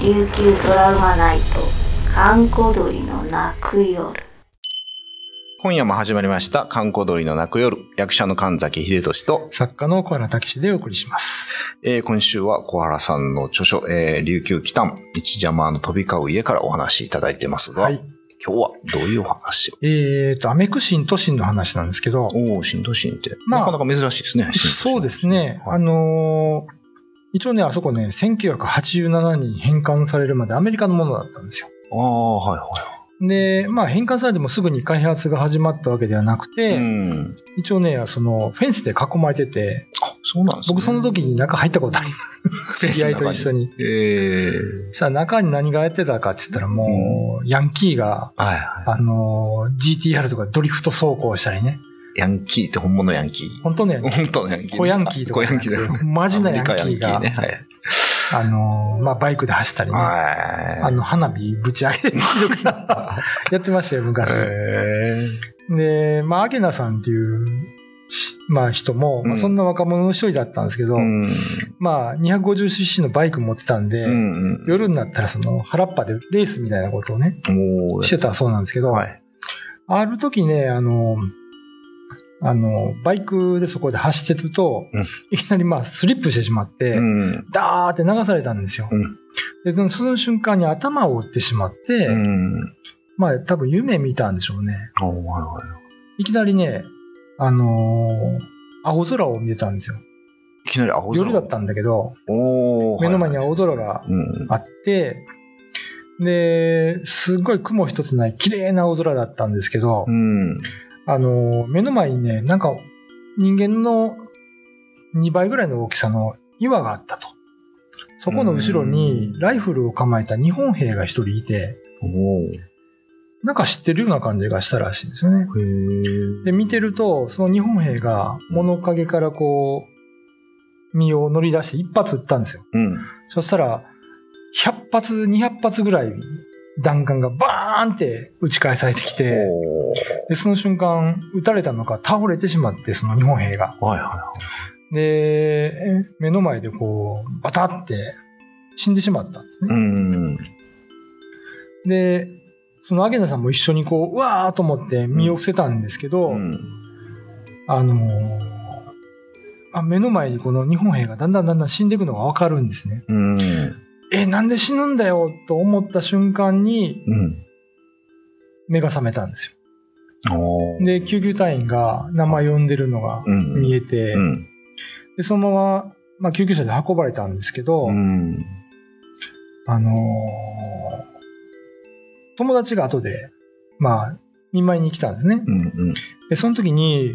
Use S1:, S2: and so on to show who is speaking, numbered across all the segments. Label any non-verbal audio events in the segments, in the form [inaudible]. S1: 琉球ドラマナイト閑古鳥の泣く夜
S2: 今夜も始まりました、観光鳥の泣く夜、役者の神崎秀俊と、
S3: 作家の小原武史でお送りします。
S2: えー今週は小原さんの著書、えー琉球北端、一邪魔の飛び交う家からお話しいただいてますが、
S3: はい。
S2: 今日はどういうお話を
S3: えっ、と、アメクシンとシンの話なんですけど、
S2: おー、しんどしんって、
S3: まあ
S2: なかなか珍しいですね。
S3: そうですね、
S2: はい
S3: あのー一応ね、あそこね、1987年に返還されるまでアメリカのものだったんですよ。
S2: ああ、はいは
S3: で、まあ返還されてもすぐに開発が始まったわけではなく
S2: い。
S3: て、
S2: うん。
S3: 一応ね、そのフェンスで囲まれてて、
S2: あ、そうなんですね。
S3: 僕その時に中入ったことあります。知り合い [laughs] と一緒に。
S2: [laughs] えー、
S3: そしたら中に何がやってたかって言ったらもう、ヤンキーが、
S2: はいは
S3: あのー GTR とかドリフト走行したりね。
S2: い。ヤンキーって本物のヤンキー。
S3: 本当ね、
S2: 本当のヤンキー。
S3: 小ヤンキーとか
S2: 小
S3: じゃ
S2: ヤン
S3: な
S2: キーだ
S3: くて。
S2: よね。
S3: マジなヤンキ
S2: アメリ
S3: ー
S2: カヤ
S3: が、
S2: ンキーね。はい。
S3: あのー、まあ、バイクで走ったりね、あ
S2: あ
S3: の、花火ぶち上げてると
S2: [laughs]
S3: か、やってましたよ、昔。で、まあ、アゲナさんっていうし、まあ、人も、ま
S2: う
S3: あ、
S2: ん
S3: そんな若者の一人だったんですけど、
S2: うん
S3: まあ、250cc のバイク持ってたんで、
S2: うん
S3: 夜になったらその原っぱでレースみたいなことをね、
S2: もう
S3: してたそうなんですけど、
S2: はい。
S3: ある時ね、あの、あの、バイクでそこで走ってると、
S2: うん
S3: いきなりまあスリップしてしまって、
S2: うん
S3: ダーって流されたんですよ。
S2: うん
S3: でそのその瞬間に頭を打ってしまって、
S2: うん
S3: まあ多分夢見たんでしょうね。
S2: おーはいはい
S3: いきなりね、あのー青空を見てたんですよ。
S2: いきなり青空。
S3: 夜だったんだけど、
S2: おー
S3: 目の前に
S2: はい
S3: 青空が
S2: うん
S3: あって、で、すっごい雲一つない綺麗な青空だったんですけど、
S2: うん
S3: あのー目の前にね、なんか人間の2倍ぐらいの大きさの岩があったと。そこの後ろにライフルを構えた日本兵が一人いて、
S2: おー
S3: なんか知ってるような感じがしたらしいんですよね。
S2: へー
S3: で、見てると、その日本兵が物陰からこう、身を乗り出して一発撃ったんですよ。
S2: うん
S3: そしたら、100発、200発ぐらい弾丸がバーンって撃ち返されてきて、
S2: お
S3: で、その瞬間、撃たれたのか倒れてしまって、その日本兵が。
S2: ーはいは
S3: で、目の前でこう、バタって死んでしまったんです
S2: い。う
S3: ね。
S2: ん
S3: で、そのアゲナさんも一緒にこう、うわーと思って身を伏せたんですけど、
S2: うん
S3: あのーあ目の前にこの日本兵がだんだんだんだん死んでいくのがわかるんですね。
S2: うん
S3: え、なんで死ぬんだよと思った瞬間に
S2: うん
S3: 目が覚めたんです
S2: おー
S3: よ。で、救急隊員が名前呼んでるのが
S2: うん
S3: 見えて、
S2: うん
S3: でそのまま、まあ、救急車で運ばれたんですけど、
S2: うん
S3: あのー友達が後で、まあ、見舞いに来たんですね。
S2: うんうん
S3: で、その時に、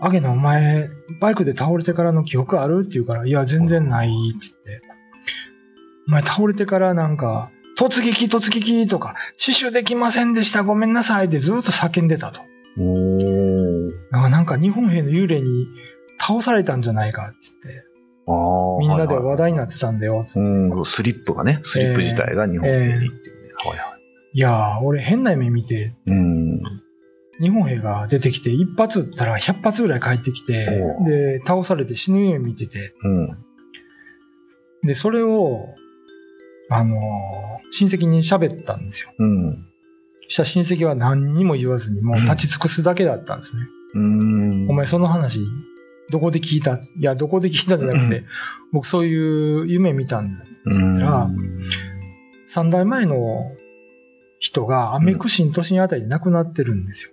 S3: アゲナお前、バイクで倒れてからの記憶あるって言うから、いや、全然ないって言って。お前倒れてからなんか、突撃突撃とか、死守できませんでした、ごめんなさいってずっと叫んでたと。
S2: おー
S3: だからなんか日本兵の幽霊に倒されたんじゃないかって言って、
S2: あー
S3: みんなで話題にな
S2: はいはい
S3: ってたんだよって言って。
S2: うん、スリップがね、スリップ自体が日本兵にっていうね。はいはい
S3: いやー、俺変な夢見て、
S2: うん。
S3: 日本兵が出てきて、一発撃ったら100発ぐらい帰ってきて
S2: お、う
S3: で、倒されて死ぬ夢見てて、
S2: うん。
S3: で、それを、あのー親戚に喋ったんですよ。
S2: うん。
S3: したら親戚は何にも言わずに、もう立ち尽くすだけだったんですね。
S2: うん。
S3: お前その話、どこで聞いたいや、どこで聞いたんじゃなく
S2: う
S3: て、僕そういう夢見たんだ。
S2: うん、
S3: ら三代前の人がアメクシン都心あたりで亡くなってるんです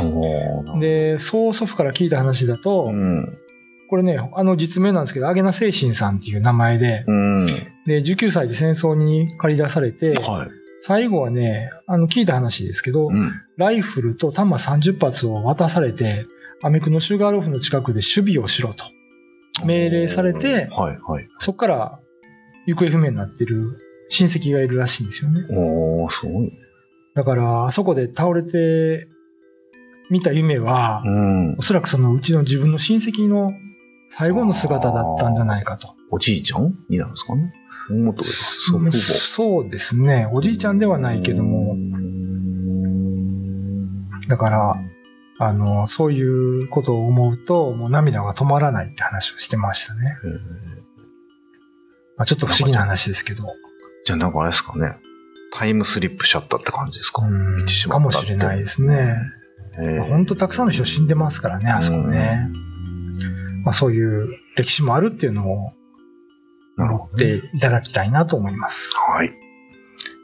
S2: おー
S3: よ。、で、曽祖父から聞いた話だと、
S2: うん。
S3: これね、あの実名なんですけど、アゲナ精神さんっていう名前で、
S2: うん。
S3: で、19歳で戦争に駆り出されて、
S2: はい。
S3: 最後はね、あの、聞いた話ですけど、
S2: うん。
S3: ライフルと弾30発を渡されて、アメクのシュガーロフの近くで守備をしろと。命令されて
S2: はい、はい。
S3: そこから行方不明になってる親戚がいるらしいんですよね。
S2: おー、すごい。
S3: だから、あそこで倒れて見た夢は
S2: う、ん
S3: お。そらくそのうちの自分の親戚の最後の姿だったんじゃないかと。
S2: おじいちゃんになるんですかね。もっと祖
S3: うん
S2: 父母。
S3: そうですね。おじいちゃんではないけど
S2: う
S3: も、
S2: ん。
S3: だから、あの、そういうことを思うと、もう涙が止まらないって話をしてましたね。
S2: へー
S3: まあ、ちょっと不思議な話ですけど。
S2: じゃあなんかあれですかね。タイムスリップしちゃったって感じですか、
S3: うん
S2: 見てしま
S3: か
S2: ったっ
S3: も
S2: て
S3: しれないですね。まあ本当たくさんの人死んでますからね、あそこね。まあ、そういう歴史もあるっていうのを
S2: なる
S3: 持
S2: ほ
S3: っ
S2: どね、
S3: ていただきたいなと思います。
S2: はい。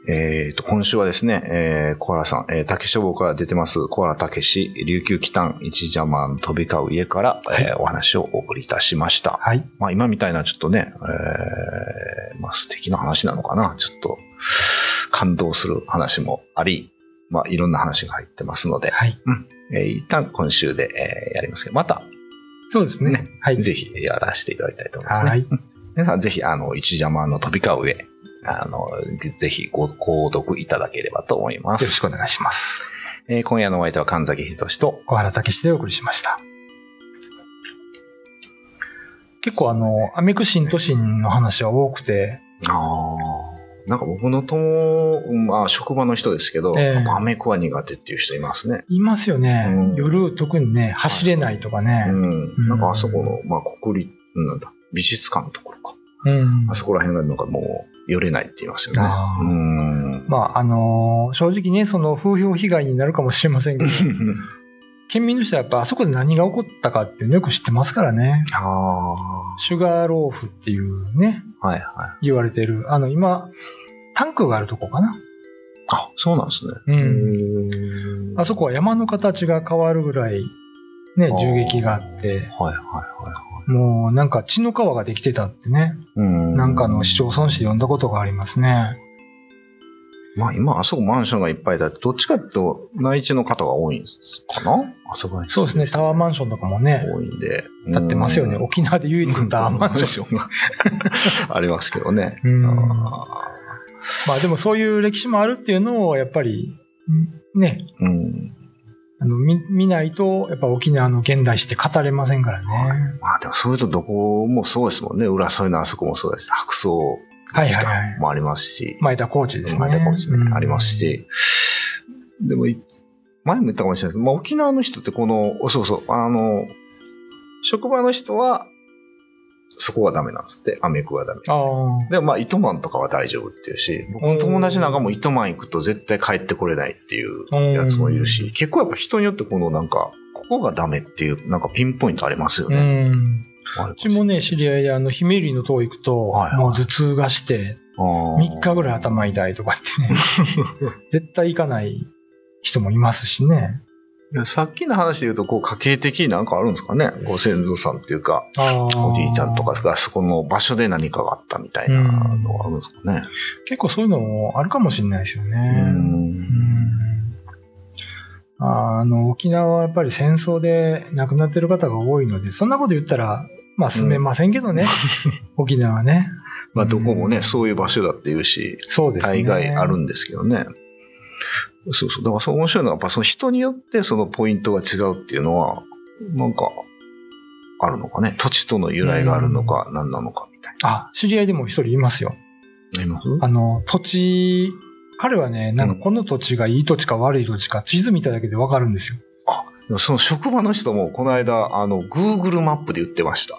S2: えー、と、今週はですね、えー、コアラさん、えー、竹書房から出てます、コアラ竹志、琉球北端一ジャマン飛び交う家から、えーお話をお送りいたしました。
S3: はい。
S2: まあ今みたいなちょっとね、えー、まあ素敵な話なのかな。ちょっと、感動する話もあり、まあいろんな話が入ってますので、
S3: はい。
S2: えー一旦今週で、えーやりますけど、また
S3: そうですね
S2: ね。
S3: はい。
S2: ぜひやらせていただきたいと思いますね。
S3: はい。
S2: 皆さんぜひ、あの、一邪魔の飛び交う上、あの、ぜひご購読いただければと思いま
S3: よろし
S2: す。
S3: くお願いします。
S2: えー今夜のお相手は神崎仁志と、
S3: 小原武史でお送りしました。結構あの、アメクシンとシンの話は多くて、
S2: ああ、なんか僕の友、まあ職場の人ですけど、
S3: ええ
S2: やっぱアメコは苦手っていう人いますね。
S3: いますよね
S2: うん。
S3: 夜、特にね、走れないとかね
S2: う。ん。なんかあそこの、まあ国立、なんだ、美術館のところか。
S3: うん
S2: あ。そこら辺がなんかもう、寄れないって言いますよね。
S3: あ
S2: [laughs]
S3: ー
S2: うん。
S3: まあ、あのー正直ね、その風評被害になるかもしれませんけど、県民の人はやっぱあそこで何が起こったかっていうのよく知ってますからね。
S2: ああ、
S3: シュガーローフっていうね、
S2: はいはい。
S3: 言われてる。あの、今、タンクがあるとこかな。
S2: あ、そうなんですね。
S3: うん。
S2: うーん
S3: あそこは山の形が変わるぐらい、ね
S2: あ、ー
S3: 銃撃があって、
S2: はいはいは
S3: もうなんか血の川ができてたってね、
S2: い。うん
S3: なんかの市町村市で呼んだことがありますね。
S2: まあ今、あそこマンションがいっぱいだって、どっちかっていうと、内地の方が多いんですかなあそこに
S3: そうですね、タワーマンションとかもね、
S2: 多いんで。
S3: 建ってますよね。
S2: うん
S3: 沖縄で唯一のタワーマンション。
S2: うん [laughs] ありますけどね。
S3: うん
S2: あ
S3: まあでもそういう歴史もあるっていうのをやっぱりね、
S2: ーうん
S3: あの見見ないとやっぱ沖縄の現代史って語れませんからね。
S2: まあでもそういうとどこもそうですもんね。浦添のあそこもそうですし。白装
S3: はい
S2: 地
S3: はいは
S2: 下
S3: い。
S2: もありますし。
S3: 前田コーチですね。
S2: 前田コーチ
S3: う
S2: ね
S3: ん
S2: あります。し。でもい、前も言ったかもしれないですけど、まあ、沖縄の人ってこの、そうそう、あの、職場の人は、そこはダメなんですって、アメコはダメ。
S3: ああ。
S2: でもまあ、糸満とかは大丈夫っていうし、僕の友達なんかも糸満行くと絶対帰ってこれないっていうやつもいるし、結構やっぱ人によってこのなんか、ここがダメっていう、なんかピンポイントありますよ
S3: う
S2: ね。
S3: ん。
S2: あれ
S3: うちもね、知り合いで、あの、ひめゆりの塔行くと、
S2: はいはい
S3: もう頭痛がして、
S2: あー
S3: 3日ぐらい頭痛いとか言
S2: [laughs]
S3: ってね、絶対行かない人もいますしね。
S2: さっきの話で言うと、こう、家系的になんかあるんですかね。ご先祖さんっていうか、
S3: ああ。
S2: おじいちゃんとか。がそこの場所で何かがあったみたいなのがあるんですかね。
S3: 結構そういうのもあるかもしれないですよ
S2: う
S3: ね。うんんあの沖縄はやっぱり戦争で亡くなってる方が多いのでそんなこと言ったらまあ住めませんけどね、沖縄はね
S2: まあどこも
S3: う
S2: ね、
S3: ん
S2: そういう場所だって言うし、
S3: そうですね
S2: 大概あるんですけどね。そうそう。だからそう面白いのは、やっぱその人によってそのポイントが違うっていうのは、なんか、あるのかね。土地との由来があるのか、何なのかみたい
S3: あ知り合いでも一人いますよ
S2: な。あります
S3: あの土地彼はねなんか
S2: うん
S3: この土地がいい土地か悪い土地か地図見ただけでわかるんですよ
S2: でもその職場の人も、この間、あの、Google マップで言ってました。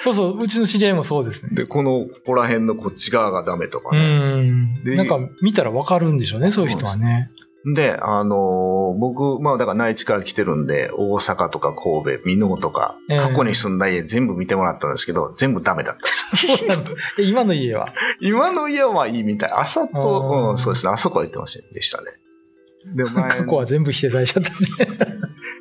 S3: そうそううちの知り合いもそうですね
S2: で、この、ここら辺のこっち側がダメとか
S3: う
S2: ね。
S3: ん
S2: で
S3: なんか見たらわかるんでしょうねそういう人はね
S2: で、あのー僕、まあだから内地から来てるんで、大阪とか神戸、美濃とか、
S3: ええ
S2: 過去に住んだ家全部見てもらったんですけど、全部ダメだったです。
S3: [laughs] そうなんだえ今の家は
S2: 今の家はいいみたい。朝と、
S3: あー
S2: うん、そうですね。あそこは言ってましたでしたね。
S3: [laughs]
S2: で、前
S3: 過去は全部否定されちゃったね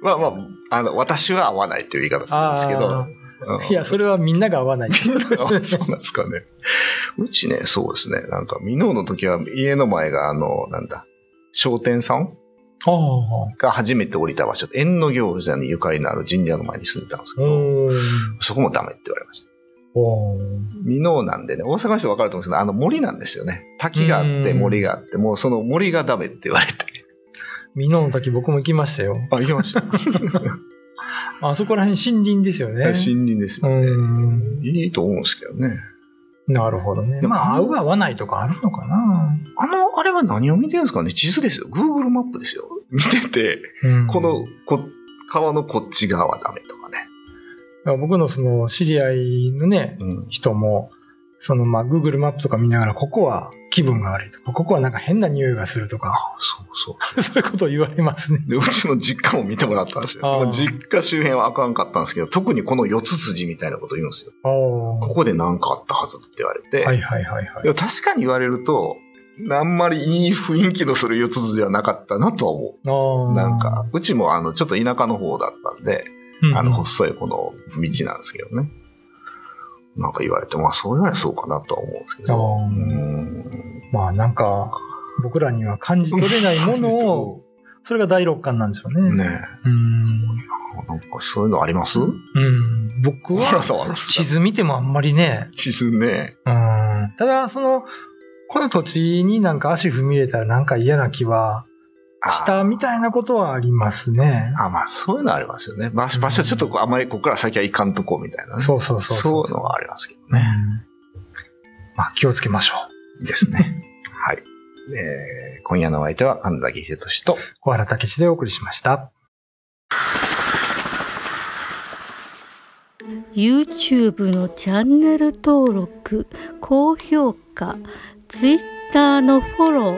S2: まあまあ、あの、私は合わないという言い方するんですけ
S3: あ
S2: ど
S3: ー。
S2: うん
S3: いや、それはみんなが合わない。
S2: あ [laughs] そうなんですかね。うちね、そうですね。なんか、美濃の時は家の前が、あの、なんだ、商店さん
S3: ああ。
S2: が初めて降りた場所、縁の行者にゆかりのある神社の前に住んでたんですけど、
S3: おー
S2: そこもダメって言われました。
S3: おー
S2: 美濃なんでね、大阪の人分かると思うんですけど、あの森なんですよね。滝があって
S3: うん
S2: 森があって、もうその森がダメって言われて。
S3: 美濃の滝僕も行きましたよ。
S2: [laughs] あ、行きました。
S3: あそこら辺森林ですよね。
S2: 森林です
S3: う
S2: よね。
S3: ん。
S2: いいと思うんですけどね。
S3: なるほどね。
S2: でも
S3: まあ、合う合わないとかあるのかな。
S2: あの、あれは何を見てるんですかね地図ですよ。Google マップですよ。見てて、
S3: うん
S2: この、こ、川のこっち側はダメとかね。
S3: 僕のその知り合いのね、
S2: うん。
S3: 人も、そのまあ Google マップとか見ながら、ここは気分が悪いとか、ここはなんか変な匂いがするとか、 [laughs]
S2: そうそう。
S3: そういうことを言われますね。
S2: で、うちの実家も見てもらったんですよ。
S3: あー
S2: まあ実家周辺はあかんかったんですけど、特にこの四つ筋みたいなこと言うんですよ。
S3: お
S2: ここで何かあったはずって言われて、
S3: はいはいはいはい
S2: で。も確かに言われると、あんまりいい雰囲気のする四つ筋はなかったなとは思
S3: あー
S2: う。なんか、、うちもあの、ちょっと田舎の方だったんで、
S3: うんうん
S2: あの、細いこの道なんですけどね。なんか言われて、まあ、そう言われそうかなとは思うんですけど。
S3: あー
S2: うん
S3: まあなんか、僕らには感じ取れない
S2: [laughs]
S3: ものを、それが第六感なんでしょうね。
S2: ね
S3: うん。
S2: えなんかそういうのあります
S3: うん。僕
S2: 小原
S3: は、
S2: さんはあるんです
S3: 地
S2: か
S3: 図見てもあんまりね、
S2: 地図ね。
S3: うん。ただ、その、この土地になんか足踏み入れたらなんか嫌な気は
S2: あー
S3: したみたいなことはありますね。
S2: あ、まあ、そういうのはありますよね。場所、場所ちょっとこうあまりここから先はいかんとこみたいなね。
S3: そうそうそう
S2: そういうのはありますけど
S3: ね
S2: ね。。
S3: まあ気をつけましょう。
S2: ですね。はい。えー今夜のお相手は神崎秀俊と、
S3: 小原武史でお送りしました。
S4: YouTube のチャンネル登録高評価 Twitter のフォロ